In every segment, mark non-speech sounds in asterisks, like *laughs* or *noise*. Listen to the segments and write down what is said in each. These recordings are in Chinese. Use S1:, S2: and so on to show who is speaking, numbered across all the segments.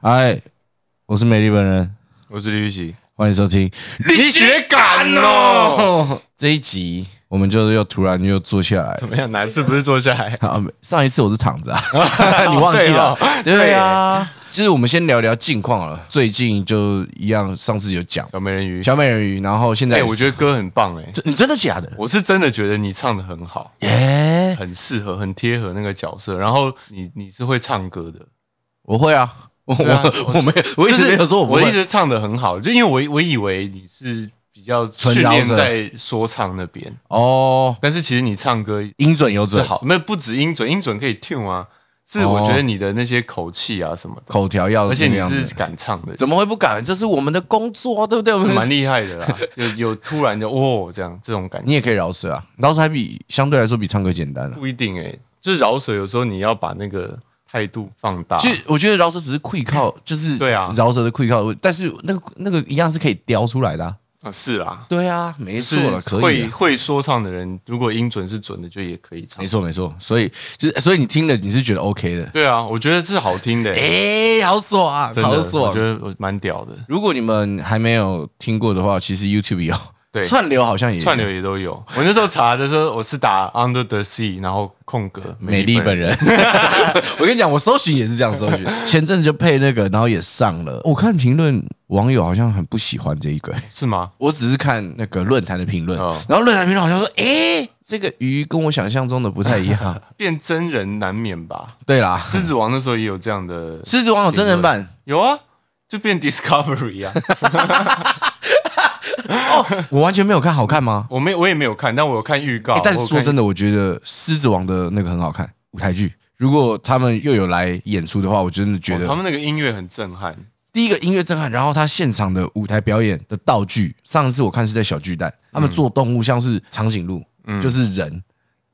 S1: 嗨，哎我是美丽本人，
S2: 我是李玉玺，
S1: 欢迎收听。
S2: 你学敢哦？
S1: 这一集我们就是又突然又坐下来了。
S2: 怎么样？哪次不是坐下来？
S1: 啊，没上一次我是躺
S2: *laughs*
S1: 着、啊，你忘记了？
S2: 对哦
S1: 对啊，就是我们先聊聊近况了。最近就一样，上次有讲
S2: 小美人鱼，
S1: 小美人鱼，然后现在
S2: 哎、
S1: 也是、
S2: 我觉得歌很棒哎、
S1: 得你真的假的？
S2: 我是真的觉得你唱的很
S1: *laughs*
S2: 好，
S1: 耶、
S2: 很适合，很贴合那个角色。然后你你是会唱歌的，
S1: 我会啊，我、
S2: 对啊
S1: 我我没有我一
S2: 就
S1: 直
S2: 是
S1: 没有说我不
S2: 我
S1: 会，
S2: 一直唱的很好，就因为我我以为你是比较
S1: 纯
S2: 训
S1: 饶
S2: 练
S1: 舌
S2: 在说唱那边，
S1: 哦，
S2: 但是其实你唱歌
S1: 音准有
S2: 是
S1: 准，
S2: 好，没有不止音准，音准可以 tune 啊，是
S1: 哦
S2: 我觉得你的那些口气啊什么的，
S1: 口条要
S2: 而且
S1: 那
S2: 你
S1: 样
S2: 是
S1: 子
S2: 敢唱的，
S1: 哦怎么会不敢？这是我们的工作啊，对不对？我们
S2: 蛮厉害的
S1: *laughs*
S2: 啦，有有突然就哦这样这种感觉，
S1: 你也可以饶舌啊，饶舌还比相对来说比唱歌简单啊。
S2: *laughs* 不一定哎、就是饶舌有时候你要把那个态度放大，
S1: 其实我觉得饶舌只是
S2: *laughs*
S1: 溃靠，就是
S2: 啊对啊
S1: 饶舌的溃靠，但是那个那个一样是可以雕出来的、啊。
S2: 啊是啦，
S1: 对啊，没错了，
S2: 是
S1: 可以
S2: 会
S1: 啊、
S2: 会说唱的人，如果音准是准的，就也可以唱
S1: 没。错没错。所以就是所以你听了你是觉得 OK 的，
S2: 对啊，我觉得是好听的、欸，
S1: 哎、好爽，
S2: 真的，
S1: 好
S2: 我
S1: 爽
S2: 觉。得我蛮屌的。
S1: 如果你们还没有听过的话，其实 YouTube 有，
S2: 对
S1: 串流好像也有
S2: 串流也都有，我那时候查的时候，我是打 Under the Sea，然后空格
S1: 美丽本人。 *laughs* 我跟你讲，我搜寻也是这样搜寻，前阵子就配那个，然后也上了。我看评论网友好像很不喜欢这一个，
S2: 是吗？
S1: 我只是看那个论坛的评论
S2: 哦，
S1: 然后论坛评论好像说，诶，这个鱼跟我想象中的不太一
S2: *laughs*
S1: 样。
S2: 变真人难免
S1: *laughs*
S2: 吧。
S1: 对啦，
S2: 狮子王那时候也有这样的，
S1: 狮子王有真人版
S2: 有啊，就变 Discovery 啊。 *laughs*
S1: 哦，我完全没有看，好看吗？
S2: 我没我也没有看，但我有看预告。
S1: 诶但是说
S2: 的，
S1: 真的，我觉得狮子王的那个很好看，舞台剧。如果他们又有来演出的话，我真的觉
S2: 哦他
S1: 得
S2: 们那个音乐很震撼。
S1: 第一个音乐震撼，然后他现场的舞台表演的道具，上次我看是在小巨蛋，他们做动物像是长颈鹿，
S2: 嗯
S1: 就是人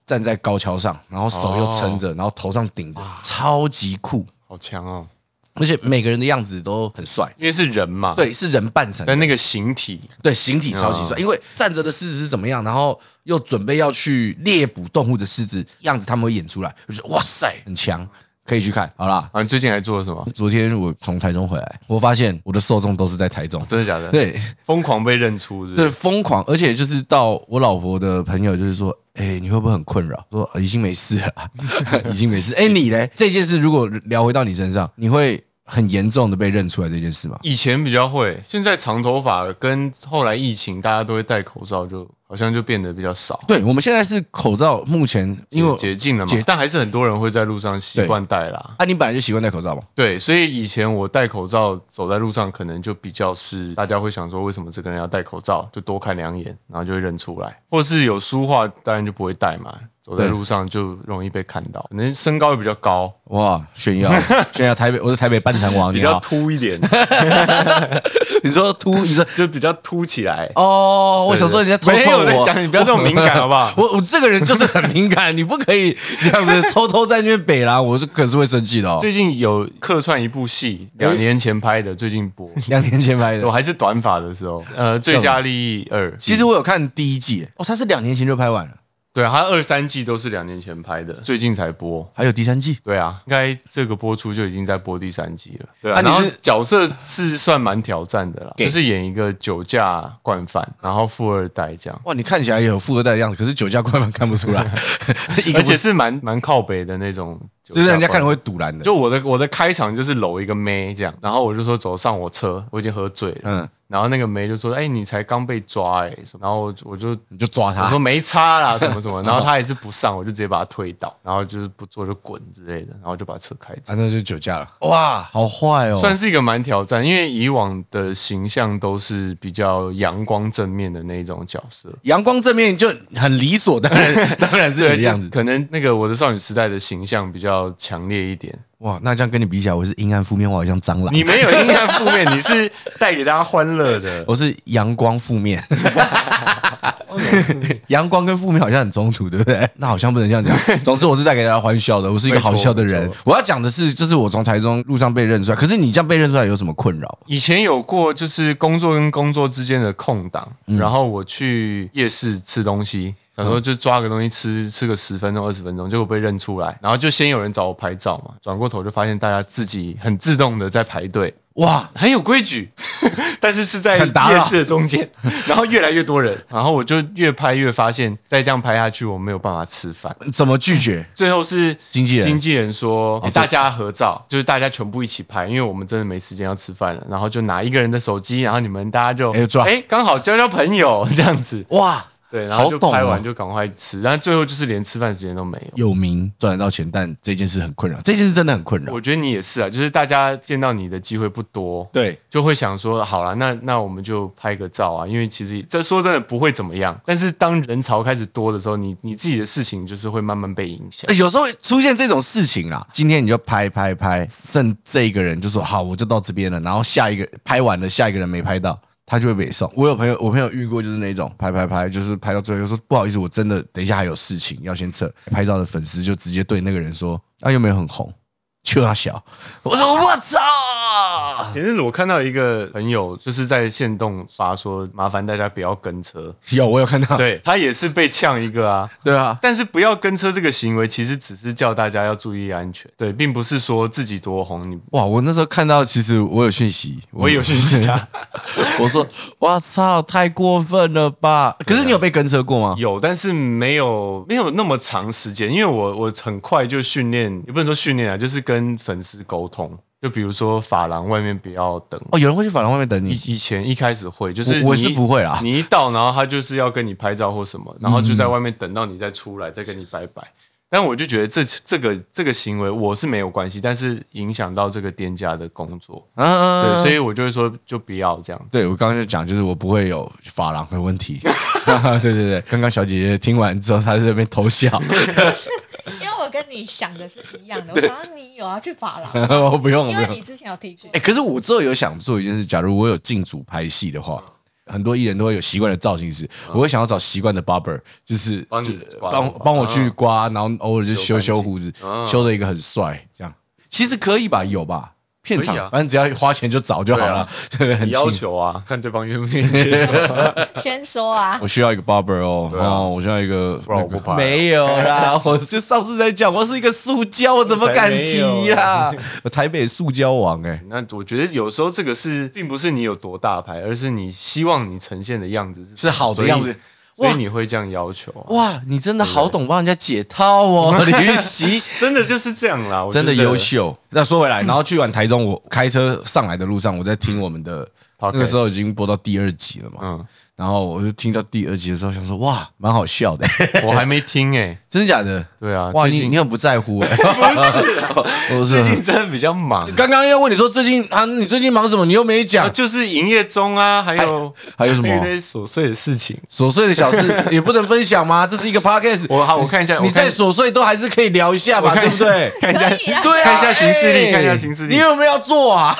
S1: 站在高跷上，然后手
S2: 哦
S1: 又撑着，然后头上顶着，超级酷。
S2: 好强哦！
S1: 而且每个人的样子都很帅。
S2: 因为是人嘛，，
S1: 对，是人扮成的，
S2: 但那个形体
S1: 对，形体超级
S2: 嗯
S1: 帅。因为站着的狮子是怎么样，然后又准备要去猎捕动物的狮子样子，他们会演出来，我就觉得哇塞，很强，可以去看。好啦，
S2: 啊，你最近还做了什么？
S1: 昨天我从台中回来，我发现我的受众都是在台中，
S2: 真的假的？，
S1: 对
S2: 疯狂被认出是不
S1: 对，
S2: 是，
S1: 疯狂，而且就是到我老婆的朋友，就是说。哎、你会不会很困扰？说、呃已经没事了 *laughs* 啊，已经没事。哎、你嘞？这件事如果聊回到你身上，你会很严重的被认出来这件事吗？
S2: 以前比较会，现在长头发跟后来疫情，大家都会戴口罩就，好像就变得比较少，
S1: 对，我们现在是口罩，目前因为
S2: 解禁了嘛
S1: 解，
S2: 但还是很多人会在路上习惯戴啦。
S1: 啊，你本来就习惯戴口罩嘛？
S2: 对，所以以前我戴口罩走在路上，可能就比较是大家会想说，为什么这个人要戴口罩？就多看两眼，然后就会认出来，或是有书画，当然就不会戴嘛，走在
S1: 对
S2: 路上就容易被看到，可能身高又比较高，
S1: 哇，炫 *laughs* 耀炫耀台北，我是台北半城王，
S2: 比
S1: 你
S2: 较
S1: 好。
S2: 凸一点，
S1: 你说秃，你说
S2: 就比较凸起来。
S1: *laughs* 哦，我想说人家偷
S2: 没
S1: 笑
S2: 有我在
S1: 我。
S2: 讲，你不要这种敏感好不好？
S1: *laughs* 我我这个人就是很敏感，你不可以这样子偷偷在那边北啦，我是可是会生气的哦。
S2: 最近有客串一部戏，两年前拍的，最近
S1: *laughs*
S2: 播。
S1: 两年前拍
S2: 我
S1: 的，
S2: 还是短发的时候，呃，《最佳利益二》
S1: 其实我有看第一季，哦，他是两年前就拍完了，
S2: 对它二三季都是两年前拍的，最近才播。
S1: 还有第三季。
S2: 对啊，应该这个播出就已经在播第三集了。对啊，
S1: 啊你
S2: 然
S1: 是
S2: 后角色是算蛮挑战的啦，
S1: 给
S2: 就是演一个酒驾惯犯，然后富二代这样，
S1: 哇，你看起来也有富二代的样子，可是酒驾官方看不 *laughs* 出来，一个
S2: 而
S1: 不
S2: 且是蛮蛮靠北的那种酒驾惯犯，
S1: 就是人家看了会堵拦
S2: *laughs*
S1: 的。
S2: 就我的我的开场就是搂一个妹这样，然后我就说走上我车，我已经喝醉了。
S1: 嗯，
S2: 然后那个妹就说：“哎、你才刚被抓哎、什么然后我就我就
S1: 你就抓
S2: 我
S1: 他
S2: 说，没差啦，什么
S1: *laughs*
S2: 什么。然后她还是不上，我就直接把她推倒，然后就是不做就滚之类的，然后就把车开走。
S1: 反啊正就是酒驾了。哇，好坏哦，
S2: 算是一个蛮挑战，因为以往的形象都是比较阳光正面的那一种角色，
S1: 阳光正面就很理所当 *laughs* 然，当然是你的
S2: 对，
S1: 样
S2: 就
S1: 子。
S2: 可能那个我的少女时代的形象比较强烈一
S1: *laughs*
S2: 点。
S1: 哇，那这样跟你比起来，我是阴暗负面，我好像蟑螂。
S2: 你没有印象负面，你是带给大家欢乐的。
S1: 我是阳光负 *laughs* 面，阳光跟负面好像很冲突，对不对？那好像不能这样讲。 *laughs* 总之，我是带给大家欢笑的，我是一个好笑的人
S2: 没错。
S1: 我要讲的是，就是我从台中路上被认出来，可是你这样被认出来有什么困扰？
S2: 以前有过，就是工作跟工作之间的空档，然后我去夜市吃东西，想说就抓个东西吃，吃个十分钟、二十分钟，结果被认出来，然后就先有人找我拍照嘛，转过头就发现大家自己很自动的在排队，
S1: 哇，
S2: 很有规矩， *laughs* 但是是在
S1: 很打扰
S2: 夜市的中间， *laughs* 然后越来越多人，然后我就越拍越发现，再这样拍下去，我没有办法吃饭。
S1: 怎么拒绝？
S2: 最后是
S1: 经纪人哦
S2: 经纪人说、欸
S1: 这
S2: 大家合照，就是大家全部一起拍，因为我们真的没时间要吃饭了，然后就拿一个人的手机，然后你们大家就
S1: 哎抓
S2: 哎刚、好交交朋友 *laughs* 这样子，
S1: 哇，
S2: 对，然后就
S1: 好懂哦
S2: 拍完就赶快吃，但最后就是连吃饭时间都没有。
S1: 有名赚得到钱，但这件事很困扰，这件事真的很困扰。
S2: 我觉得你也是啊，就是大家见到你的机会不多，
S1: 对，
S2: 就会想说，好了，那那我们就拍个照啊，因为其实这说真的不会怎么样，但是当人潮开始多的时候，你你自己的事情就是会慢慢被影响。
S1: 有时候会出现这种事情啦。今天你就拍拍拍，剩这一个人就说好，我就到这边了。然后下一个拍完了，下一个人没拍到，他就会被送。我有朋友，我朋友遇过就是那种拍拍拍，就是拍到最后就说不好意思，我真的等一下还有事情要先撤。拍照的粉丝就直接对那个人说，啊又没有很红，就他小。我说我操！
S2: 前阵子我看到一个朋友就是在线动发说，麻烦大家不要跟车，
S1: 有我有看到，
S2: 对他也是被呛一个啊。
S1: 对啊，
S2: 但是不要跟车这个行为，其实只是叫大家要注意安全，对，并不是说自己多红，你
S1: 哇！我那时候看到，其实我有讯息，
S2: 我也有啊讯息他。
S1: 我说：“我操，太过分了吧！”可是你有被跟车过吗？
S2: 有，但是没有没有那么长时间，因为我我很快就训练，也不能说训练啊，就是跟粉丝沟通。就比如说发廊外面不要等，
S1: 哦，有人会去法廊外面等你。
S2: 以以前一开始会，就是
S1: 我我
S2: 你
S1: 是不会啦嗯
S2: 你一到，然后他就是要跟你拍照或什么，然后就在外面等到你再出来，再跟你拜拜。但我就觉得这这个这个行为我是没有关系，但是影响到这个店家的工作，
S1: 嗯，
S2: 对，所
S1: 以
S2: 以我就会说就不要这样。
S1: 对我刚刚就讲，就是我不会有法郎的问 *laughs* 题。对对对，刚刚小姐姐听完之后，她在那边偷笑， *laughs*
S3: 因为我跟你想的是一样的，我想到你有要啊去法郎，
S1: *laughs* 我不用，我
S3: 因
S1: 不
S3: 为
S1: 用。
S3: 你之前有提出
S1: 哎、，可是我之后有想做一件事，假如我有进组拍戏的话，很多艺人都会有习惯的造型师，我会想要找习惯的 barber，就是
S2: 帮你
S1: 就
S2: 刮
S1: 啊帮
S2: 头发
S1: 帮我去刮，然后偶尔就啊修
S2: 修
S1: 啊修
S2: 干净
S1: 胡子
S2: 嗯，
S1: 修的一个很帅，这样其实可以吧？有吧？片场、
S2: 可以啊
S1: 反正只要花钱就找就好了， *laughs* 对很
S2: 你要
S1: 轻。
S2: 求啊，看对方愿不愿意
S1: *laughs*
S2: 接受。
S3: *laughs* 先说啊，
S1: 我需要一个 barber 哦，
S2: 啊
S1: 哦，我需要一个，
S2: 不然我不拍啊
S1: 没有啦，我就上次在讲，我是一个塑胶，我怎么敢提呀、我台北塑胶王哎、
S2: 那我觉得有时候这个是，并不是你有多大牌，而是你希望你呈现的样子是
S1: 是好的样子，
S2: 所以
S1: 哇
S2: 所以你会这样要求啊。
S1: 哇，你真的好懂帮人家解套哦，李玉玺。
S2: 真的就是这样啦，我觉
S1: 真
S2: 得
S1: 的优。秀。那说回来，然后去完台中，我开车上来的路上，我在听我们的，
S2: Podcast
S1: 那个时候已经播到第二集了嘛。
S2: 嗯，
S1: 然后我就听到第二集的时候，想说哇，蛮好笑的， *laughs*
S2: 我还没听哎、
S1: 真的假的？
S2: 对啊，
S1: 哇，
S2: 最
S1: 你
S2: 近
S1: 你 *laughs* 很不在乎哎、欸，不
S2: *laughs*
S1: 是，
S2: 最
S1: *laughs* 我
S2: 近
S1: 是。
S2: 真的比较忙，
S1: 刚刚要问你说最近啊，你最近忙什么？你又没
S2: 啊
S1: 讲，
S2: 就是营业中啊，还有
S1: 还有什么
S2: 一堆 *laughs* 琐碎的事情。
S1: 琐碎的小事 *laughs* 也不能分享吗？这是一个 podcast，
S2: 我好，我看一下，
S1: 你
S2: 我看
S1: 再琐碎都还是可以聊一下
S2: 我
S1: 吧，
S2: 看
S1: 对
S2: 一
S1: 不
S2: 下
S1: 对？
S2: *laughs* 看一
S3: 可以
S2: 下
S3: 啊
S1: 对啊，
S2: 看一下行事历
S1: 哎
S2: 看一下行事历
S1: 你有没有要做啊？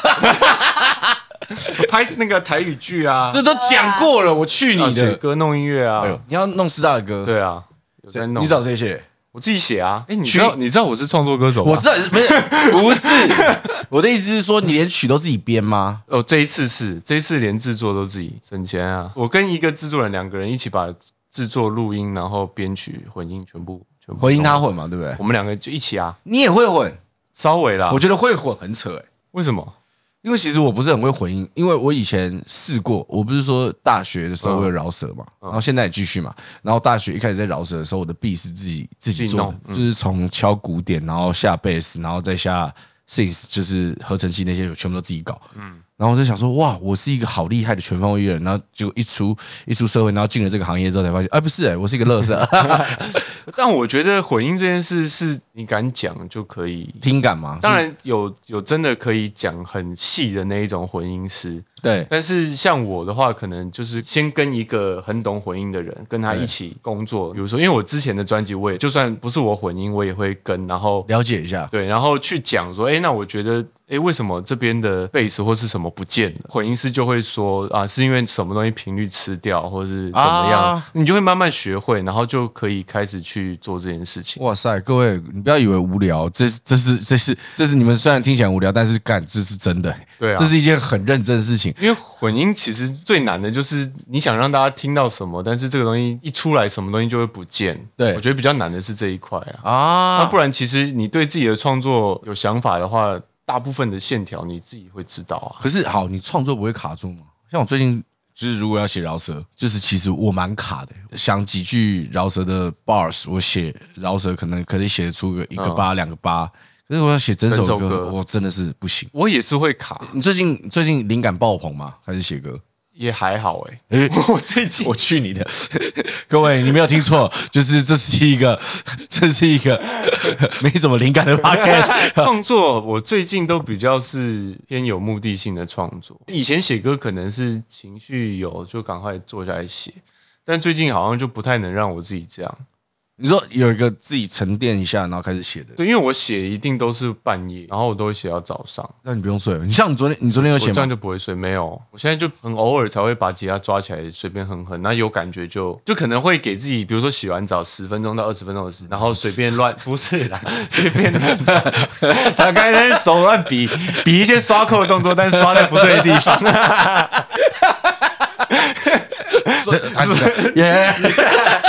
S2: 拍那个台语剧 *laughs* 啊，
S1: 这都讲过了，我去
S2: 啊
S1: 你
S2: 写
S1: 的！
S2: 歌弄音乐啊
S1: 哎，呦，你要弄师大的歌，
S2: 对啊，有在弄。
S1: 你找谁写？
S2: 我自己写啊？哎，你知道
S1: 曲
S2: 你知道我是啊创作歌手吧，
S1: 我知道，不是不是， *laughs* 我的意思是说，你连曲都自己编吗？
S2: *laughs* 哦，这一次是，这一次连制作都自己省钱啊！我跟一个制作人两个人一起把制作、录音，然后编曲、混音全部全部
S1: 混音他
S2: 弄完，
S1: 混嘛，对不对？
S2: 我啊们两个就一起啊，
S1: 你也会混，
S2: 稍微啦。
S1: 我觉得会混很扯哎、
S2: 为什么？
S1: 因为其实我不是很会混音，因为我以前试过，我不是说大学的时候
S2: 嗯
S1: 我有饶舌嘛，然后现在也继续嘛，然后大学一开始在饶舌的时候，我的 B 是自己自己
S2: 自己
S1: 做
S2: 弄
S1: 的，就是从敲鼓点，然后下贝斯，然后再下 synth，就是合成器那些，我全部都自己搞。嗯，然后我就想说，哇，我是一个好厉害的全方位艺人，然后就一出一出社会，然后进了这个行业之后才发现，哎、不是、哎，我是一个乐
S2: *laughs*
S1: 色，
S2: 但我觉得混音这件事是你敢讲就可以。
S1: 听感嘛，
S2: 当然有有真的可以讲很细的那一种混音师，
S1: 对，
S2: 但是像我的话，可能就是先跟一个很懂混音的人，跟他一起工作。比如说，因为我之前的专辑，我也就算不是我混音，我也会跟，然后
S1: 了解一下，
S2: 对，然后去讲说，哎，那我觉得，哎，诶，为什么这边的贝斯或是什么不见了？混音师就会说啊，是因为什么东西频率吃掉，或是怎么样，
S1: 啊
S2: 你就会慢慢学会，然后就可以开始去做这件事情。
S1: 哇塞，各位，你不要以为无聊，这这是这是这是你们虽然听起来无聊，但是干这是真的，
S2: 对啊
S1: 这是一件很认真的事情。
S2: 因为混音其实最难的就是你想让大家听到什么，但是这个东西一出来，什么东西就会不见。
S1: 对
S2: 我觉得比较难的是这一块啊。那
S1: 啊，
S2: 不然，其实你对自己的创作有想法的话，大部分的线条你自己会知道啊。
S1: 可是好，你创作不会卡住吗？像我最近就是如果要写饶舌，就是其实我蛮卡的，想几句饶舌的 bars，我写饶舌可能可以写得出个一个八、两个八，可是我要写整
S2: 嗯
S1: 首
S2: 整首
S1: 歌，
S2: 歌
S1: 我真的是不行。
S2: 我也是会卡，
S1: 你最近最近灵感爆棚吗？还是写歌？
S2: 也还好哎、
S1: 诶
S2: 我最近
S1: *laughs* 我去你的！ *laughs* 各位，你没有听错，就是这是一个， *laughs* 这是一个 *laughs* 没什么灵感的 *laughs* podcast。
S2: *laughs* 创作，我最近都比较是偏有目的性的创作。以前写歌可能是情绪有就赶快坐下来写，但最近好像就不太能让我自己这样。
S1: 你说有一个自己沉淀一下，然后开始写的，
S2: 对，因为我写一定都是半夜，然后我都会写到早上。
S1: 那你不用睡了。你像你昨天，你昨天有
S2: 我
S1: 写
S2: 这样
S1: 吗？
S2: 就不会睡，没有。我现在就很偶尔才会把吉他抓起来随便哼哼，那有感觉就就可能会给自己，比如说洗完澡十分钟到二十分钟的时，然后随便
S1: *laughs*
S2: 乱，不是啦，随便乱， *laughs* 他刚才手乱比比一些刷扣的动作，但是刷在不对的地方。 *laughs*
S1: *laughs* 弹起来耶！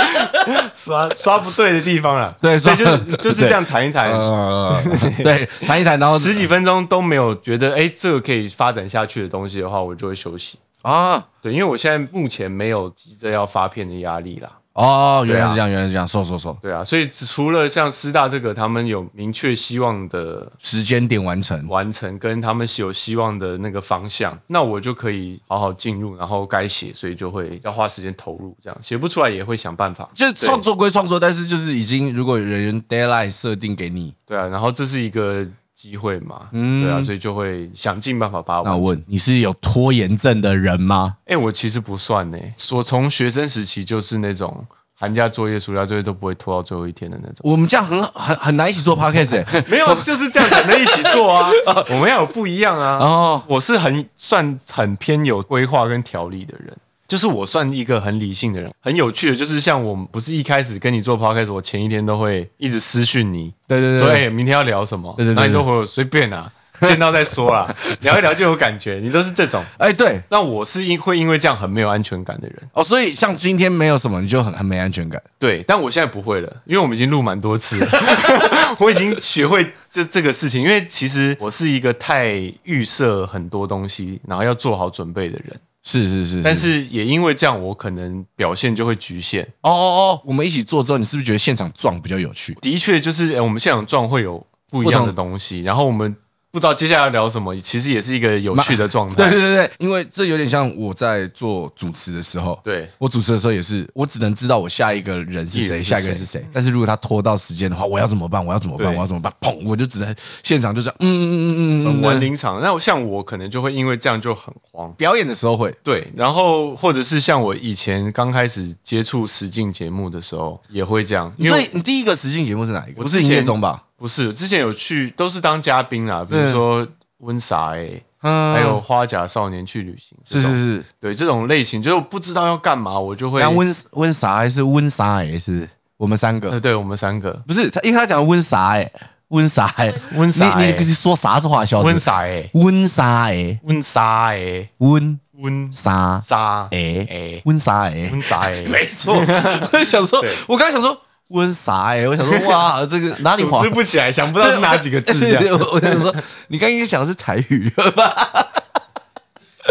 S1: *laughs*
S2: 刷刷不对的地方了，
S1: 对
S2: 所以
S1: 刷 *laughs*
S2: 就就是这样弹一弹，
S1: 呃，对，弹一弹，然后
S2: 十几分钟都没有觉得哎、这个可以发展下去的东西的话，我就会休息。
S1: 啊，
S2: 对，因为我现在目前没有急着要发片的压力啦，
S1: 哦，原来
S2: 对
S1: 是
S2: 啊
S1: 这样，原来是这样，瘦瘦瘦，
S2: 对啊，所以除了像师大这个，他们有明确希望的
S1: 时间点完成。
S2: 完成，跟他们有希望的那个方向，那我就可以好好进入，然后该写，所以就会要花时间投入，这样写不出来也会想办法，
S1: 就是
S2: 对
S1: 创作归创作，但是就是已经如果有人 deadline 设定给你，
S2: 对啊，然后这是一个机会嘛，对啊，所以就会想尽办法把它
S1: 嗯那
S2: 完
S1: 我
S2: 成
S1: 问你是有拖延症的人吗？
S2: 哎、我其实不算呢、我从学生时期就是那种寒假作业、暑假作业都不会拖到最后一天的那种。
S1: 我们这样很很很难一起做 podcast 哎、
S2: 没有，就是这样才能一起做
S1: *laughs*
S2: 啊！我们要有不一样啊！
S1: 哦
S2: 哦，我是很算很偏有规划跟条理的人，就是我算一个很理性的人。很有趣的，就是像我们不是一开始跟你做 podcast，我前一天都会一直私讯你，
S1: 对对对
S2: 说哎、欸明天要聊什么，
S1: 对对对
S2: 然后你都回我随便啊，见到再说
S1: *laughs*
S2: 啦，聊一聊就有感觉，你都是这种。
S1: 哎、对
S2: 那我是因会因为这样很没有安全感的人。
S1: 哦，所以像今天没有什么，你就很很没安全感。
S2: 对，但我现在不会了，因为我们已经录蛮多次了，
S1: *laughs*
S2: *laughs* 我已经学会这这个事情。因为其实我是一个太预设很多东西，然后要做好准备的人，
S1: 是是是，
S2: 但是也因为这样，我可能表现就会局限。
S1: 哦哦哦，我们一起做之后，你是不是觉得现场撞比较有趣？
S2: 的确，就是呃我们现场撞会有不一样的东西，然后我们不知道接下来要聊什么，其实也是一个有趣的状
S1: *laughs* 对
S2: 态。
S1: 对对对，因为这有点像我在做主持的时候，
S2: 对
S1: 我主持的时候也是，我只能知道我下一个人是
S2: 艺
S1: 谁，
S2: 人是
S1: 下一个人是谁。但是如果他拖到时间的话，我要怎么办？我要怎么办？
S2: 对
S1: 我要怎么办？砰，我就只能现场就是嗯嗯嗯嗯嗯
S2: 很
S1: 嗯
S2: 玩
S1: 嗯。
S2: 临场，那像我可能就会因为这样就很慌，
S1: 表演的时候会，
S2: 对，然后或者是像我以前刚开始接触实境节目的时候，也会这样，因
S1: 所
S2: 为
S1: 以你第一个实境节目是哪一个？
S2: 我
S1: 不是
S2: 之
S1: 营业
S2: 前
S1: 中吧？
S2: 不是之前有去都是当嘉宾啦，比如说温莎哎，
S1: 嗯，
S2: 还有花甲少年去旅行，
S1: 是是，是，
S2: 对这种类型，就是我不知道要干嘛，我就会
S1: 那温温啥还是温啥哎？是不是我们三
S2: 呃，
S1: 个？
S2: 对我们三个
S1: 不是他，因为他讲温啥哎，温啥哎，
S2: *laughs* 温啥
S1: 你
S2: 欸
S1: 你你说啥子话小子？
S2: 温莎哎，
S1: 温啥哎，
S2: 温莎哎，
S1: 温
S2: 温
S1: 啥
S2: 莎
S1: 哎
S2: 哎，
S1: 温啥哎？
S2: 温莎 *laughs* 哎，
S1: 没错， *laughs* 我想说
S2: 对，
S1: 我刚才想说温啥哎，我
S2: *laughs*
S1: 想说哇，这个哪里
S2: 组
S1: 滑
S2: 织？不起来，想不到是哪几个字这样，
S1: 对我我想说，你刚刚应该讲的是台语 *laughs* 吧？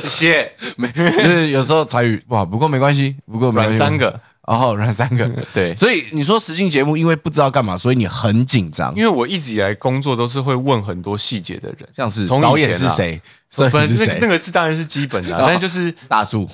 S2: 谢谢，
S1: 没，就是有时候台语不好，不过没关系，不过没关
S2: 软
S1: 系。
S2: 三个。
S1: 哦，然后三个，
S2: *laughs* 对
S1: 所以你说实境节目，因为不知道干嘛，所以你很紧张
S2: 因。为我一直以来工作都是会问很多细节的人，
S1: 像是
S2: 从以
S1: 导演
S2: 前
S1: 是
S2: 啊
S1: 谁，摄
S2: 不
S1: 影
S2: 然
S1: 是
S2: 那个那
S1: 谁，
S2: 个是当然是基本的、 *laughs*
S1: 哦
S2: 啊，但就是
S1: 大柱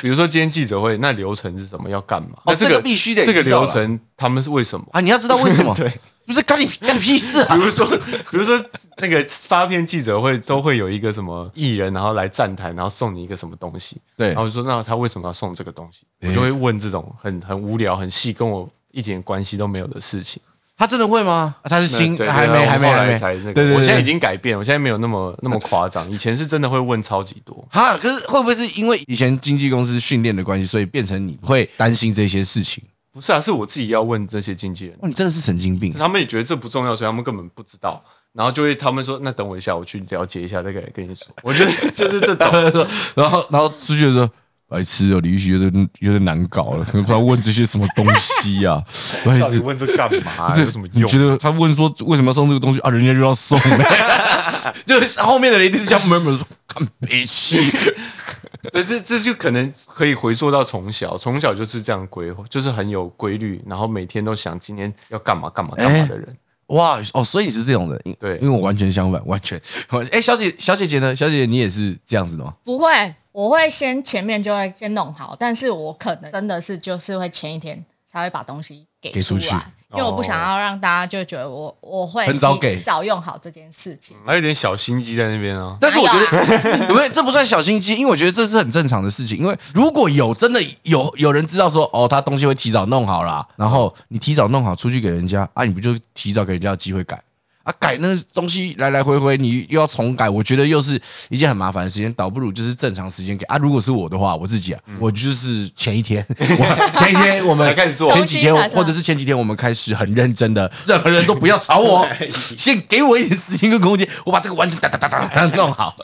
S2: 比如说今天记者会，那流程是什么，要干嘛？那
S1: 这个必须得
S2: 哦这个
S1: 知道啦
S2: 流程他们是为什么？
S1: 啊，你要知道为什么？
S2: 对，
S1: 不是干你干你屁事啊
S2: *laughs* 比！如说，比如说那个发片记者会都会有一个什么艺人，然后来站台，然后送你一个什么东西，
S1: 对
S2: 然后我就说那他为什么要送这个东西？我就会问这种很很无聊、很细，跟我一点关系都没有的事情。
S1: 他真的会吗？啊他是新
S2: 对对
S1: 还没
S2: 我
S1: 还没
S2: 后来
S1: 还没
S2: 才那个，
S1: 对对对，
S2: 我现在已
S1: 对
S2: 经改变，我现在没有那么那么夸张，以前是真的会问超级多。
S1: 哈，可是会不会是因为以前经纪公司训练的关系，所以变成你会担心这些事情？
S2: 不是啊，是我自己要问这些经纪人，
S1: 哇，你真的是神经病！啊
S2: 他们也觉得这不重要，所以他们根本不知道。然后就会他们说：“那等我一下，我去了解一下再跟跟你说。”
S1: *laughs*
S2: 我觉得就是这种，
S1: 然后然后出去的时候，白痴哦，李玉玺有点有点难搞
S2: *laughs*
S1: 了，不然问这些什么东西啊？白
S2: 到底
S1: 痴，
S2: 问这干嘛？啊有什么
S1: 你
S2: 用
S1: 觉？得他问说为什么要送这个东西啊？人家就
S2: *laughs*
S1: 要送 *laughs* 了，就是后面的人一定是叫 murmur 说看北气，
S2: 对，这这就可能可以回溯到从小，从小就是这样规划，就是很有规律，然后每天都想今天要干嘛干嘛干
S1: 哎
S2: 嘛的人。
S1: 哇哦，所以你是这种人，因
S2: 对
S1: 因为我完全相反，完全。完哎，小姐小姐姐呢？小姐姐你也是这样子的吗？
S3: 不会，我会先前面就会先弄好，但是我可能真的是就是会前一天才会把东西给
S1: 给出
S3: 出来，
S1: 去哦
S3: 因为我不想要让大家就觉得我我会
S1: 很早给
S3: 提早用好这件事情。
S2: 还有点小心机在那边啊。
S1: 但是我觉
S3: 哪
S1: 得， *laughs* 有没有这不算小心机？因为我觉得这是很正常的事情。因为如果有真的有有人知道说，哦，他东西会提早弄好啦，然后你提早弄好出去给人家啊，你不就提早给人家有机会改啊？改那个东西来来回回，你又要重改，我觉得又是一件很麻烦的事情。倒不如就是正常时间给啊。如果是我的话，我自己啊，我就是前一
S2: *laughs*
S1: 天，我前一天我们
S2: 嗯才开始做
S1: 前几天
S3: 重新打算
S1: 或者是前几天我们开始很认真的，任何人都不要
S2: *laughs*
S1: 吵我，先给我一点时间跟空间，我把这个完成哒哒哒哒哒弄好。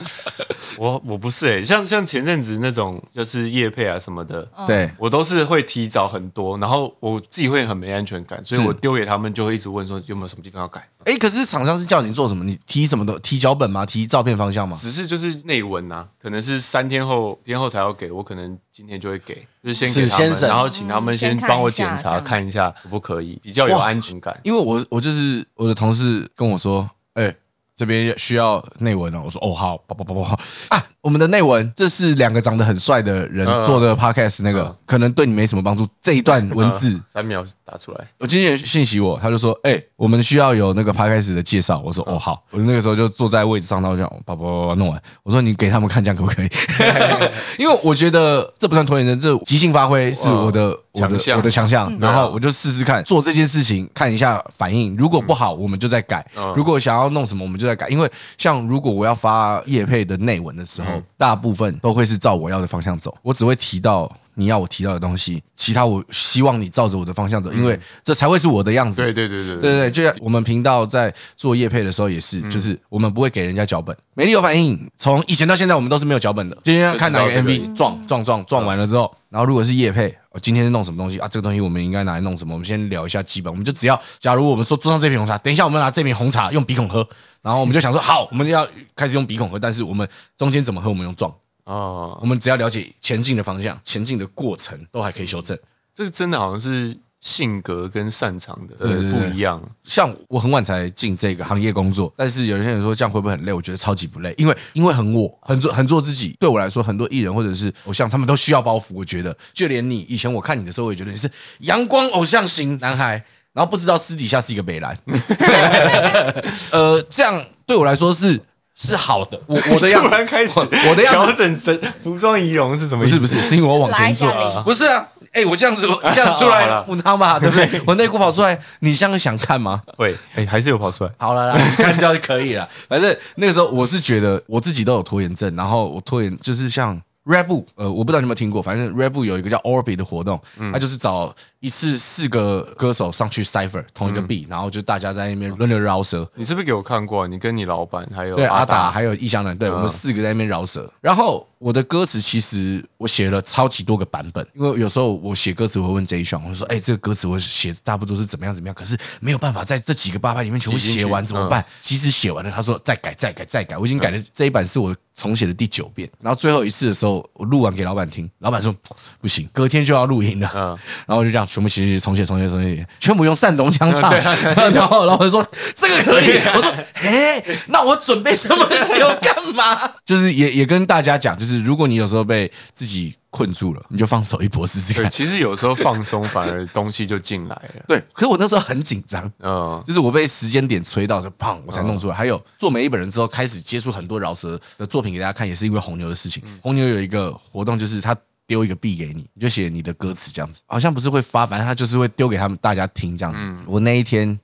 S2: 我我不是哎、像像前阵子那种就是夜配啊什么的，
S1: 对，
S2: 我都是会提早很多，然后我自己会很没安全感，所以
S1: 是
S2: 我丢给他们就会一直问说有没有什么地方要改，
S1: 哎，可是厂商是叫你做什么？你提什么的？提脚本吗？提照片方向吗？
S2: 只是就是内文啊，可能是三天后天后才要给我，可能今天就会给，就是先给
S1: 是
S2: 他们，
S1: 先审
S2: 然后请他们
S3: 嗯先看
S2: 帮我
S3: 一下
S2: 检
S3: 这
S2: 查
S3: 样
S2: 看一下可不可以，比较有
S1: 哇
S2: 安全感。
S1: 因为我我就是我的同事跟我说，哎，这边需要内文哦。我说哦好，叭叭叭叭叭啊，我们的内文这是两个长得很帅的人
S2: 嗯
S1: 做的 podcast，那个可能对你没什么帮助。这一段文字
S2: 啊，三秒打出来，
S1: 我今天信息我，他就说，哎，我们需要有那个 podcast 的介绍。我
S2: 嗯
S1: 说哦好，我那个时候就坐在位置上，然后就叭叭叭叭弄完。我说你给他们看，这样可不
S2: *laughs*
S1: 可以？因为我觉得这不算拖延症，这即兴发挥是我的
S2: 哦
S1: 我
S2: 强
S1: 的
S2: 项
S1: 我的强项。
S2: 对啊
S1: 然后我就试试看做这件事情，看一下反应。如果不好，我们就再改；如果想要弄什么，我们就再改。因为像如果我要发叶配的内文的时候，大部分都会是照我要的方向走，我只会提到。你要我提到的东西，其他我希望你照着我的方向走，因为这才会是我的样子。
S2: 对对对对
S1: 对对，就像我们频道在做业配的时候也是，就是我们不会给人家脚本，没理由反应。从以前到现在，我们都是没有脚本的，今天看哪个
S2: 就知道这个
S1: MV 撞撞撞撞完了之后，然后如果是业配，哦今天弄什么东西啊？这个东西我们应该拿来弄什么？我们先聊一下基本，我们就只要，假如我们说桌上这瓶红茶，等一下我们拿这瓶红茶用鼻孔喝，然后我们就想说好，我们要开始用鼻孔喝，但是我们中间怎么喝，我们用撞，
S2: 哦，
S1: 我们只要了解前进的方向、前进的过程，都还可以修正。
S2: 这个真的好像是性格跟擅长的
S1: 对对对
S2: 不一样，
S1: 像我很晚才进这个行业工作，但是有些人说这样会不会很累？我觉得超级不累，因为因为很我很做很做自己。对我来说，很多艺人或者是偶像，他们都需要包袱。我觉得，就连你以前我看你的时候，我也觉得你是阳光偶像型男孩，然后不知道私底下是一个北兰。 *laughs* 呃，这样对我来说是是好的，我我的样
S2: 突
S1: 子
S2: 然开始
S1: 我
S2: *laughs*
S1: 我的样
S2: 调
S1: 子
S2: 整身服装仪容是什么
S1: 不
S2: 意思？
S1: 是不是，是因为我往前做
S3: 来一下，零
S1: 不是啊。哎、我这样子，我这样出
S2: 好
S1: 来 *laughs*
S2: 了
S1: 母汤嘛，对不对？我内裤跑出来，你这样想看吗？
S2: 会，哎、还是有跑出来。
S1: 好了啦， *laughs* 你看到就可以了。反正那个时候我是觉得我自己都有拖延症，然后我拖延就是像 Red Bull，呃，我不知道你有没有听过，反正 Red Bull 有一个叫 Orbit 的活动，它就是找一次四个歌手上去 cipher 同一个 B，、然后就大家在那边轮流饶舌。
S2: 你是不是给我看过啊、你跟你老板还有
S1: 对阿达
S2: 达，
S1: 还有异乡人，对、我们四个在那边饶舌。然后我的歌词其实我写了超级多个版本，因为有时候我写歌词我会问 J 爽，我就说：“哎、这个歌词我写差不多是怎么样怎么样，可是没有办法在这几个八拍里面全部
S2: 挤进去
S1: 写完，怎么办？”哎其实写完了，他说：“再改，再改，再改。”我已经
S2: 嗯
S1: 改了这一版是我重写的第九遍。然后最后一次的时候，我录完给老板听，老板说：“不行，隔天就要录音了。”
S2: 嗯
S1: 然后我就这样全部写写重写重写重写，全部用山东腔唱。
S2: *laughs* 对
S1: 然后老板说这个可以，我说嘿，那我准备这么久干嘛？ *laughs* 就是也也跟大家讲，就是如果你有时候被自己困住了，你就放手一搏试试
S2: 对，
S1: 看。
S2: 其实有时候放松反而东西就进来了。
S1: 对，可是我那时候很紧张，
S2: 嗯，
S1: 就是我被时间点催到，就砰，我才弄出来。还有做每一本人之后，开始接触很多饶舌的作品给大家看，也是因为红牛的事情。红牛有一个活动，就是他丢一个币给你，你就写你的歌词这样子，好像不是会发，反正他就是会丢给他们大家听这样子。我那一天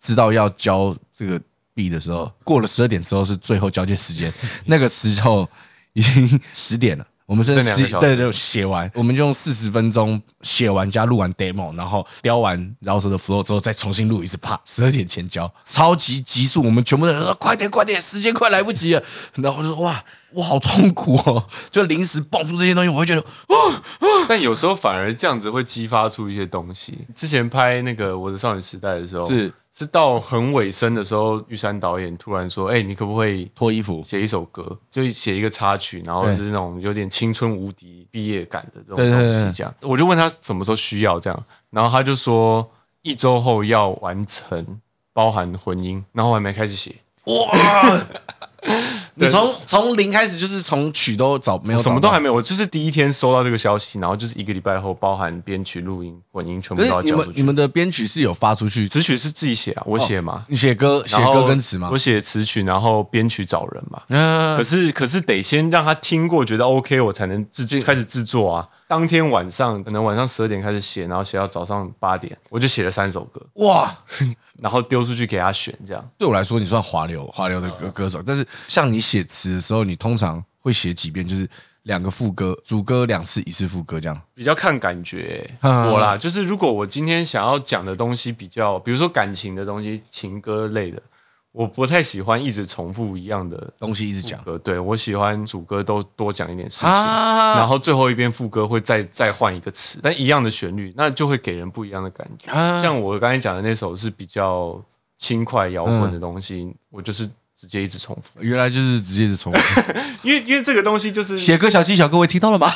S1: 知道要交这个币的时候，过了十二点之后是最后交接时间，那个时候已经十点了。我们是
S2: 剩两个
S1: 十
S2: 小时
S1: 对对写完，我们就用四十分钟写完加录完 demo，然后雕完饶舌的 flow 之后再重新录一次 part，十二点前交，超级急速，我们全部的人说快点快点，时间快来不及了。然后就说哇，我好痛苦哦，就临时蹦出这些东西，我会觉得
S2: *laughs* 但有时候反而这样子会激发出一些东西。之前拍那个《我的少女时代》的时候，
S1: 是
S2: 是到很尾声的时候，玉山导演突然说：“哎、你可不可以
S1: 脱衣服，
S2: 写一首歌，就写一个插曲，然后
S1: 对
S2: 是那种有点青春无敌毕业感的这种
S1: 对对
S2: 东
S1: 对
S2: 西
S1: 对。
S2: 这样，我就问他什么时候需要这样，然后他就说一周后要完成，包含婚姻，然后我还没开始写，
S1: 哇！你
S2: 对
S1: 从从零开始，就是从曲都找没有
S2: 什么
S1: 找
S2: 都
S1: 到
S2: 还没有。我就是第一天收到这个消息，然后就是一个礼拜后，包含编曲、录音、混音全部
S1: 可
S2: 都要
S1: 是你
S2: 交
S1: 们
S2: 出
S1: 你
S2: 去。
S1: 们的编曲是有发出去，
S2: 词曲是自己写啊，我写嘛，
S1: 你写歌哦写
S2: 然后
S1: 歌跟词吗
S2: 我？写词曲，然后编曲找人嘛。
S1: 嗯
S2: 可，是可是得先让他听过，觉得 OK，我才能制开始制作啊。当天晚上可能晚上十二点开始写，然后写到早上八点，我就写了三首歌，
S1: 哇，
S2: 然后丢出去给他选，这样
S1: 对我来说你算华流华流的歌歌手，但是像你写词的时候，你通常会写几遍，就是两个副歌，主歌两次，一次副歌这样。
S2: 比较看感觉、
S1: 嗯
S2: 我啦，就是如果我今天想要讲的东西比较，比如说感情的东西、情歌类的，我不太喜欢一直重复一样的
S1: 东西一直讲
S2: 歌，对我喜欢主歌都多讲一点事情。
S1: 啊
S2: 然后最后一遍副歌会再再换一个词，但一样的旋律，那就会给人不一样的感觉。
S1: 啊
S2: 像我刚才讲的那首是比较轻快摇滚的东西，我就是直接一直重复，
S1: 原来就是直接是从 *laughs*
S2: 因为因为这个东西就是
S1: 写歌小技巧，各位听到了吗？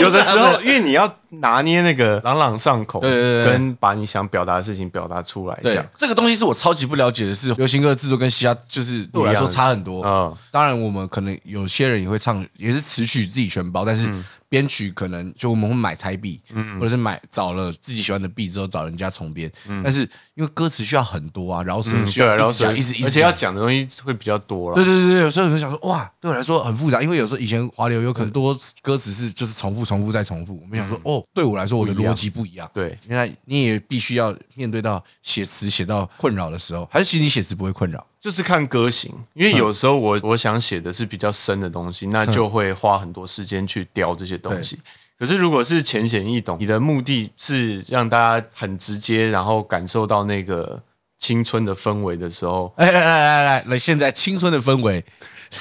S2: 有的时候，因为你要拿捏那个朗朗上口，
S1: 对对对对
S2: 跟把你想表达的事情表达出来，这
S1: 对
S2: 样，
S1: 这个东西是我超级不了解的是，流行歌的制作跟嘻哈就是对我来说差很多。
S2: 嗯
S1: 当然，我们可能有些人也会唱，也是词曲自己全包，但是编曲可能就我们会买台币，或者是买找了自己喜欢的币之后找人家重编。但是因为歌词需要很多啊，饶舌
S2: 嗯
S1: 需
S2: 对啊，
S1: 要
S2: 然后
S1: 一直
S2: 所
S1: 讲，
S2: 以
S1: 一直一直，
S2: 而且要。讲的东西会比较多了，
S1: 对对对对，所以我就想说，哇，对我来说很复杂，因为有时候以前华流有很多歌词是就是重复、重复再重复。我们想说，哦，对我来说我的
S2: 不一样
S1: 逻辑不一样。
S2: 对
S1: 原来你也必须要面对到写词写到困扰的时候，还是其实你写词不会困扰？
S2: 就是看歌型，因为有时候我我想写的是比较深的东西，那就会花很多时间去雕这些东西。可是如果是浅显易懂，你的目的是让大家很直接，然后感受到那个青春的氛围的时 *laughs* 候，
S1: 哎来来来来来，现在青春的氛围，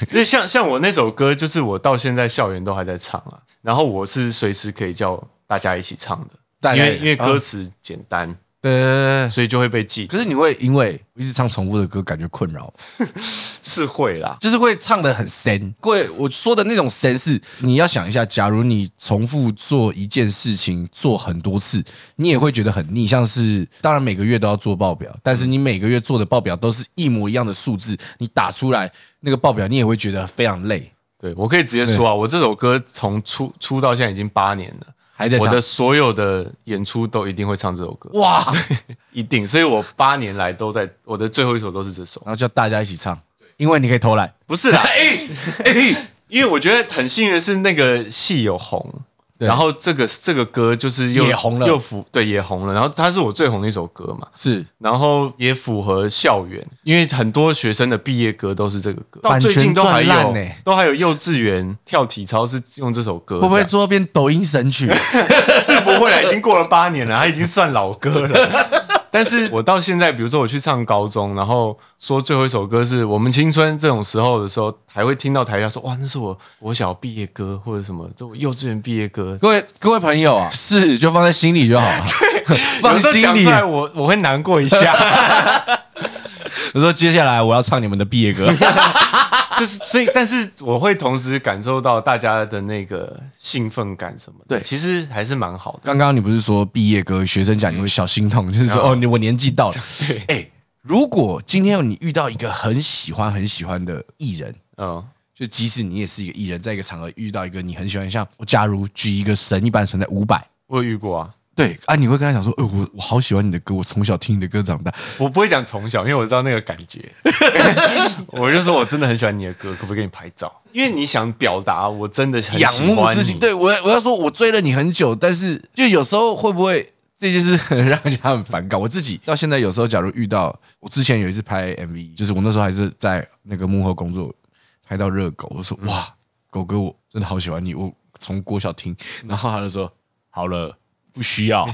S2: 因为像像我那首歌，就是我到现在校园都还在唱啊，然后我是随时可以叫大家一起唱
S1: 大
S2: 的，嗯
S1: 家
S2: 因为因为歌
S1: 啊
S2: 词简单，
S1: 对对对对对。
S2: 所以就会被记。
S1: 可是你会因为一直唱重复的歌感觉困扰，
S2: 是会啦，
S1: 就是会唱的很深。各位，我说的那种深是你要想一下，假如你重复做一件事情做很多次，你也会觉得很腻。像是当然每个月都要做报表，但是你每个月做的报表都是一模一样的数字，你打出来那个报表，你也会觉得非常累，
S2: 对我可以直接说啊，我这首歌从出出到现在已经八年了。
S1: 还在
S2: 我
S1: 唱。
S2: 的所有的演出都一定会唱这首歌，
S1: 哇，
S2: *laughs* 一定。所以我八年来都在我的最后一首都是这首，
S1: 然后叫大家一起唱，因为你可以偷懒。
S2: 不是啦， *laughs* 哎、因为我觉得很幸运的是那个戏有红，
S1: 对
S2: 然后这个这个歌就是又
S1: 也红了
S2: 又符对也红了，然后它是我最红的一首歌嘛。
S1: 是
S2: 然后也符合校园，因为很多学生的毕业歌都是这个歌，到
S1: 版权
S2: 最近都还有、
S1: 赚烂欸
S2: 都还有幼稚园跳体操是用这首歌，
S1: 会不会
S2: 这样
S1: 最后变抖音神曲？
S2: 是不会啊了，已经过了八年了，他已经算老歌
S1: *laughs*
S2: 了。但是我到现在，比如说我去上高中，然后说最后一首歌是我们青春这种时候的时候，还会听到台下说哇，那是我我小毕业歌或者什么，这我幼稚园毕业歌。
S1: *laughs* 各位各位朋友啊，是就放在心里就 *laughs* 好了，放
S2: 有时候
S1: 心
S2: 讲
S1: 里
S2: 出。来我我会难过一下，
S1: 我说接下来我要唱你们的毕业 *laughs* 歌，
S2: 就是所以，但是我会同时感受到大家的那个兴奋感什么的。
S1: 对
S2: 其实还是蛮好的。
S1: 刚刚你不是说毕业歌学生讲你会小心痛，就是说哦，你我年纪到了。哎，如果今天你遇到一个很喜欢很喜欢的艺人，
S2: 嗯，
S1: 就即使你也是一个艺人，在一个场合遇到一个你很喜欢，像我假如举一个神一般存在伍佰，
S2: 我有遇过啊，
S1: 对啊，你会跟他讲说，呃，我我好喜欢你的歌，我从小听你的歌长大，
S2: *laughs* 我不会讲从小，因为我知道那个感 *laughs* 觉。我就说我真的很喜欢你的歌，可不可以给你拍照？因为你想表达我真的很
S1: 仰
S2: 喜
S1: 慕
S2: 欢
S1: 自
S2: 你
S1: 己。，对我要我要说，我追了你很久，但是就有时候会不会这件事很 *laughs* 让人家很反感。我自己到现在有时候，假如遇到我之前有一次拍 MV，就是我那时候还是在那个幕后工作，拍到热狗，我说哇，狗哥我真的好喜欢你，我从郭晓听，然后他就说好了，不需要，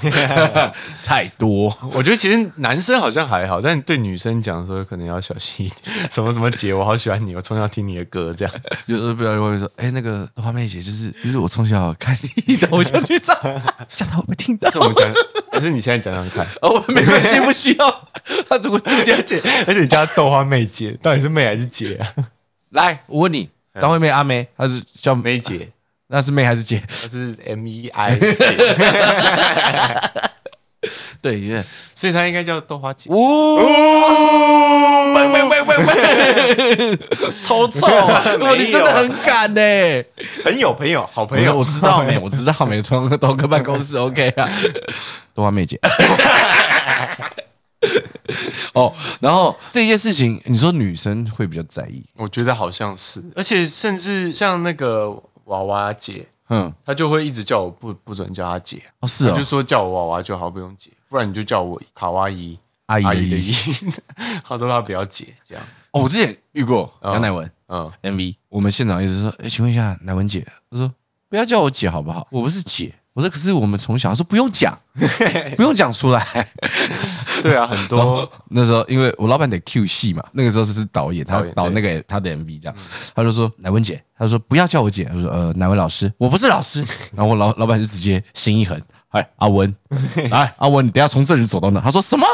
S1: *laughs* 太多。
S2: 我觉得其实男生好像还好，但对女生讲说可能要小心一点。什么什么姐，我好喜欢你，我从小听你的歌，这样。
S1: *laughs*
S2: *laughs*
S1: 有时候不要会说，哎、那个花妹姐，就是就是我从小看你的偶像 *laughs* 剧长，想到会不会听到？
S2: 这我们讲，还是你现在讲讲看。
S1: 哦，没关系，不需要。他如果这样
S2: 姐，而且你叫她豆花妹姐，到底是妹还是姐啊？
S1: 来，我问你，张惠妹阿妹，她是叫妹，
S2: *laughs* 妹姐，
S1: 那是妹还是姐？
S2: 她是 M E I 姐，
S1: 对，因为
S2: 所以她应该叫豆花姐。
S1: 哦，喂喂喂喂喂，偷臭啊！哇，你真的很敢呢、
S2: 朋友，朋友，好朋
S1: 没有，
S2: 友，
S1: 我
S2: *laughs*
S1: 知道没，我知道没，从同个办公室，OK 啊，多花妹姐。哦，然后这件事情，你说女生会比较在意，
S2: 我觉得好像是，而且甚至像那个娃娃姐，
S1: 嗯，
S2: 她就会一直叫我不不准叫她姐，啊
S1: 哦是
S2: 她
S1: 哦
S2: 就，说叫我娃娃就好，不用姐，不然你就叫我卡哇
S1: *laughs*
S2: 伊
S1: 阿姨
S2: 阿姨的 *laughs* 姨，她说她不要姐这样，
S1: 哦，我之前遇过杨乃文
S2: 嗯，
S1: MV，我们现场一直说，哎，请问一下乃文姐，她说不要叫我姐好不好？我不是姐，我说可是我们从小，她说不用
S2: *laughs*
S1: 讲，不用讲出来。
S2: 对啊，很多
S1: 那时候因为我老板得 Q 戏嘛，那个时候是导演，他
S2: 导演嗯
S1: 导那个他的 MV 这样，他就说乃文姐，他就说不要叫我姐，他说呃乃文老师，我不是老师，然后我老老板就直接心一横，哎
S2: *laughs*
S1: 阿文，来阿文，你等一下从这里走到那，他说什么？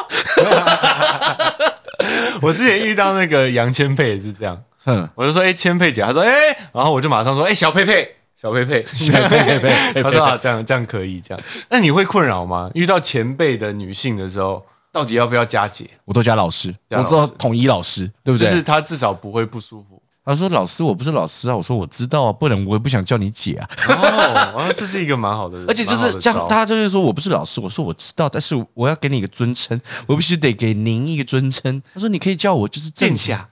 S2: *laughs* 我之前遇到那个杨千霈也是这样，
S1: 哼，
S2: 我就说哎、千霈姐，她说哎、然后我就马上说哎、小佩佩。小佩
S1: *laughs*
S2: 佩，小
S1: 佩
S2: *laughs*
S1: 佩佩佩
S2: 他说啊，这样这样可以这样。那你会困扰吗？遇到前辈的女性的时候，到底要不要加姐？
S1: 我都加老师，
S2: 加老
S1: 我
S2: 师
S1: 知道统一老师，对不
S2: 就
S1: 对？
S2: 是她至少不会不舒服。
S1: 他说老师我不是老师啊，我说我知道啊，不然我也不想叫你姐啊。
S2: *laughs* 哦，啊这是一个蛮好的，
S1: 而且就
S2: 蛮好
S1: 是
S2: 的
S1: 这样，
S2: 招
S1: 他就是说我不是老师，我说我知道，但是我要给你一个尊称，我必须得给您一个尊称。他说你可以叫我就是殿
S2: 殿， *laughs* 下，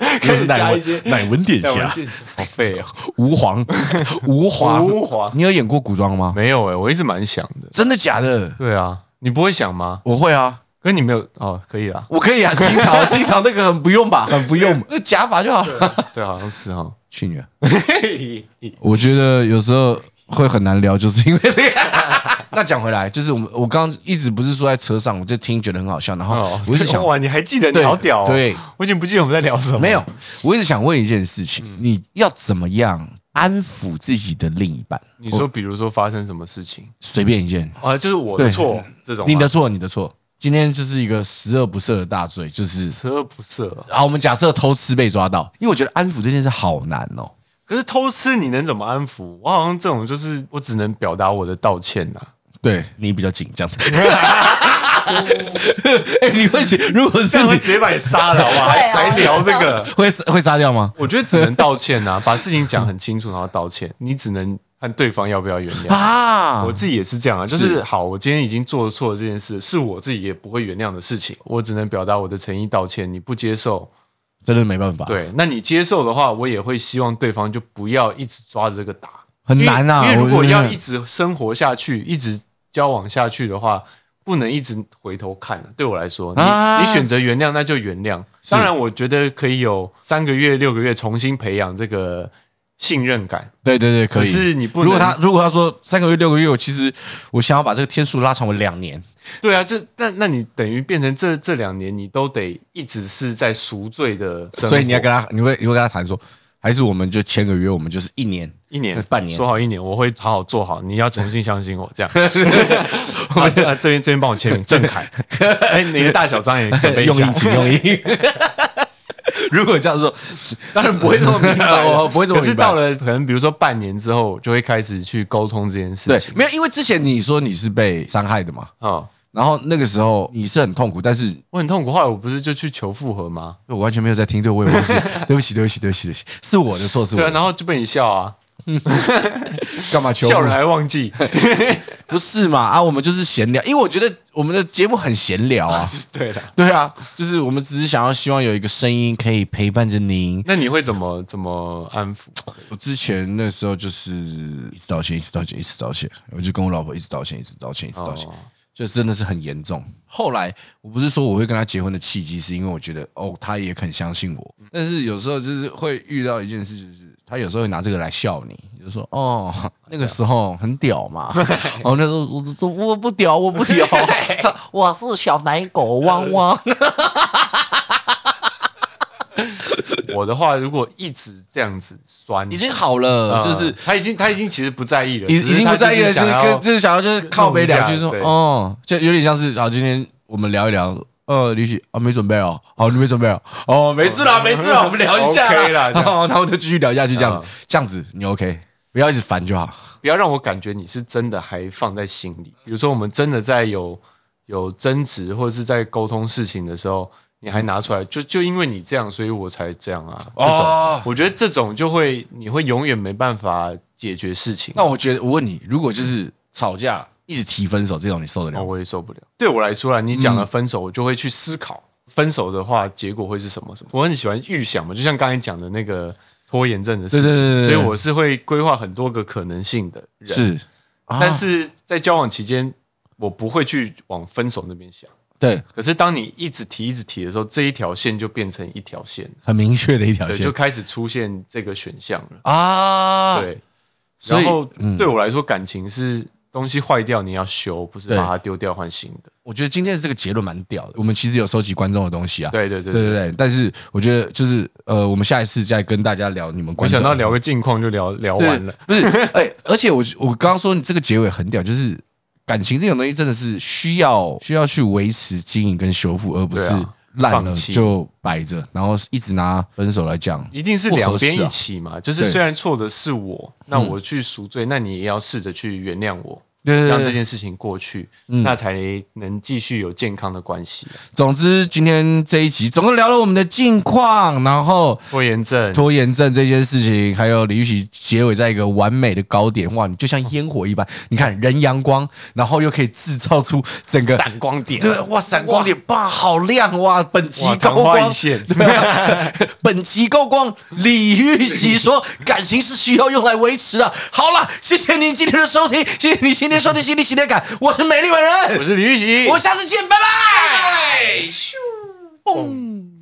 S1: 又是
S2: 始加
S1: 乃
S2: 一些
S1: 文乃文殿
S2: 但我
S1: 下，
S2: 殿下好废哦，
S1: 吾皇吾皇
S2: 吾皇
S1: 你有演过古装吗？
S2: *laughs* 没有哎，我一直蛮想的。
S1: 真的假的？
S2: 对啊，你不会想吗？
S1: 我会啊，
S2: 跟你没有哦，可以啦，
S1: 我可以
S2: *laughs*
S1: 啊，清朝清朝那个很不用吧，很不用， *laughs* 那假发就好了。
S2: 对，啊好像是哦哈。
S1: 去
S2: *laughs*
S1: 你的！我觉得有时候会很难聊，就是因为
S2: *laughs*
S1: 这个。那讲回来，就是我们我刚刚一直不是说在车上，我就听觉得很好笑，然后
S2: *laughs* 哦，
S1: 我一直想，
S2: 哇，你还记得？你
S1: 对
S2: 好屌哦！
S1: 对，
S2: 我已经不记得我们在聊什么。
S1: 没有，我一直想问一件事
S2: 嗯
S1: 情，你要怎么样安抚自己的另一半？
S2: 你说，比如说发生什么事情
S1: 随便一件，
S2: 啊？就是我
S1: 对
S2: 的错，这种吗啊
S1: 你的错，你的错。今天就是一个十恶不赦的大罪，就是
S2: 十恶不赦啊。
S1: 好，我们假设偷吃被抓到，因为我觉得安抚这件事好难哦。
S2: 可是偷吃你能怎么安抚？我好像这种就是我只能表达我的道歉啊呐。
S1: 对你比较紧张， *laughs* 哎、你会觉如果是
S2: 这样会
S1: 你
S2: 直接把你杀了，好
S3: *laughs*
S2: 不好？
S3: 对
S2: 还
S3: 啊
S2: 还聊这
S3: 我知
S2: 个
S3: 道？
S1: 会杀会杀掉吗？
S2: 我觉得只能道歉啊， *laughs* 把事情讲很清楚，然后道歉。你只能看对方要不要原谅。
S1: 啊
S2: 我，自己也是这样啊，就是是好，我今天已经做错了这件事，是我自己也不会原谅的事情，我只能表达我的诚意道歉。你不接受，
S1: 真的没办法，，
S2: 对，那你接受的话，我也会希望对方就不要一直抓着这个打，
S1: 很难啊。
S2: 因为因为如
S1: 我
S2: 果
S1: 觉得
S2: 要一直生活下去，一直交往下去的话，不能一直回头看啊。对我来说，你、
S1: 啊
S2: 你选择原谅，那就原谅。当然，我觉得可以有三个月、六个月重新培养这个信任感。
S1: 对对对，可以。
S2: 可是你不能
S1: 如果他如果他说三个月六个月，我其实我想要把这个天数拉长为两年，
S2: 对啊，这那那你等于变成这这两年，你都得一直是在赎罪的生活，
S1: 所以你要跟他，你会你会跟他谈说，还是我们就签个约，我们就是一年，
S2: 一年、
S1: 半年
S2: 说好一年，我会好好做好。你要重新相信我，
S1: *laughs*
S2: 这样。啊、这这边这边帮我签名，郑凯。哎、你的大小张也准备
S1: 用
S2: 下
S1: 意请用意。 *laughs* 如果这样说，
S2: 当然不会这么明白，啊 *laughs*
S1: 我不会这么
S2: 可
S1: 明白。
S2: 是到了可能比如说半年之后，就会开始去沟通这件事
S1: 对，
S2: 情。
S1: 没有，因为之前你说你是被伤害的嘛，
S2: 啊、
S1: 然后那个时候你是很痛苦，但是
S2: 我很痛苦。后来我不是就去求复合吗？
S1: 我完全没有在听，对我也忘记， *laughs* 对不起，对不起，对不起，对不起，是我的错，是我
S2: 对啊，
S1: 的
S2: 然
S1: 错，
S2: 后就被你笑啊，
S1: 干嘛求
S2: 笑 *laughs*
S1: 我
S2: 人还忘记。
S1: 不是嘛？啊，我们就是闲聊，因为我觉得我们的节目很闲聊啊。 *laughs*
S2: 对了，
S1: 对啊，就是我们只是想要希望有一个声音可以陪伴着您。
S2: 那你会怎么怎么安抚？
S1: 我之前那时候就是一直道歉，一直道歉，一直道歉，我就跟我老婆一直道歉，一直道歉，一直道歉，
S2: 哦
S1: 就真的是很严重。后来我不是说我会跟她结婚的契机，是因为我觉得哦，她也很相信我。但是有时候就是会遇到一件事，就是她有时候会拿这个来笑你，就说哦，那个时候很屌 *laughs* 嘛，哦，那时候我我我不屌，我不屌， *laughs* 我是小奶狗汪汪。 *laughs*
S2: 我的话，如果一直这样子酸，
S1: 已经好了，
S2: 呃
S1: 就是
S2: 他已经他已经其实不在意了，
S1: 已
S2: 只是
S1: 已经
S2: 他
S1: 不在意了，
S2: 就
S1: 就是
S2: 想要
S1: 跟就是想要就是靠北两句说
S2: 弄一下对
S1: 哦，就有点像是好，今天我们聊一聊。呃，李许啊，没准备哦。好，你没准备哦。哦，没事啦，没事啦，我们聊一下
S2: OK 啦这样嗯
S1: 然 *laughs* 后然后就继续聊下去，这样子，这样子你 OK，不要一直烦就好。
S2: 不要让我感觉你是真的还放在心里。比如说，我们真的在有有争执或者是在沟通事情的时候，你还拿出来，就就因为你这样，所以我才这样啊。这种，
S1: 哦
S2: 我觉得这种就会你会永远没办法解决事情。
S1: 那我觉得，我问你，如果就是吵架一直提分手这种，你受得
S2: 哦
S1: 了？
S2: 我也受不了。对我来说啦，你讲了分手，我就会去思考分手的话结果会是什么什么。我很喜欢预想嘛，就像刚才讲的那个拖延症的事情，
S1: 对对对对
S2: 所
S1: 对
S2: 以我是会规划很多个可能性的人。
S1: 是，啊
S2: 但是在交往期间，我不会去往分手那边想。
S1: 对，
S2: 可是当你一直提、一直提的时候，这一条线就变成一条线，
S1: 很明确的一条
S2: 对，
S1: 线
S2: 就开始出现这个选项了。
S1: 啊。
S2: 对，
S1: 所以
S2: 然后
S1: 嗯
S2: 对我来说，感情是东西坏掉你要修，不是
S1: 对
S2: 把它丢掉换新的。
S1: 我觉得今天的这个结论蛮屌的。我们其实有收集观众的东西啊，
S2: 对对对
S1: 对对对，但是我觉得就是呃，我们下一次再跟大家聊你们
S2: 没
S1: 观众。
S2: 想到聊个近况就聊聊
S1: 对
S2: 完了，，
S1: 不是？哎、而且我我刚刚说你这个结尾很屌，就是感情这种东西真的是需要需要去维持、经营跟修复，而不是
S2: 对啊
S1: 烂了
S2: 放弃
S1: 就摆着，然后一直拿分手来讲。
S2: 一定是
S1: 不合
S2: 两边
S1: 适啊
S2: 一起嘛。就是
S1: 对嗯
S2: 虽然错的是我，那我去赎罪，那你也要试着去原谅我。
S1: 对对对
S2: 让
S1: 对嗯
S2: 这件事情过去，那才能继续有健康的关系。啊
S1: 总之，今天这一集总共聊了我们的近况，然后
S2: 拖延症，
S1: 拖延症这件事情，还有李玉玺结尾在一个完美的高点，哇，你就像烟火一般，你看人阳光，然后又可以制造出整个
S2: 闪光点啊
S1: 对，哇，闪光点，哇，好亮哇！本集
S2: 哇
S1: 高
S2: 昙花
S1: 光
S2: 一现，
S1: 对啊本集高光。李玉玺说，感情是需要用来维持的。好了，谢谢您今天的收听，谢谢你今天收听《心理喜烈感》，我是美丽本人，
S2: 我是李玉玺，
S1: 我们下次见，拜拜。咻，嘣。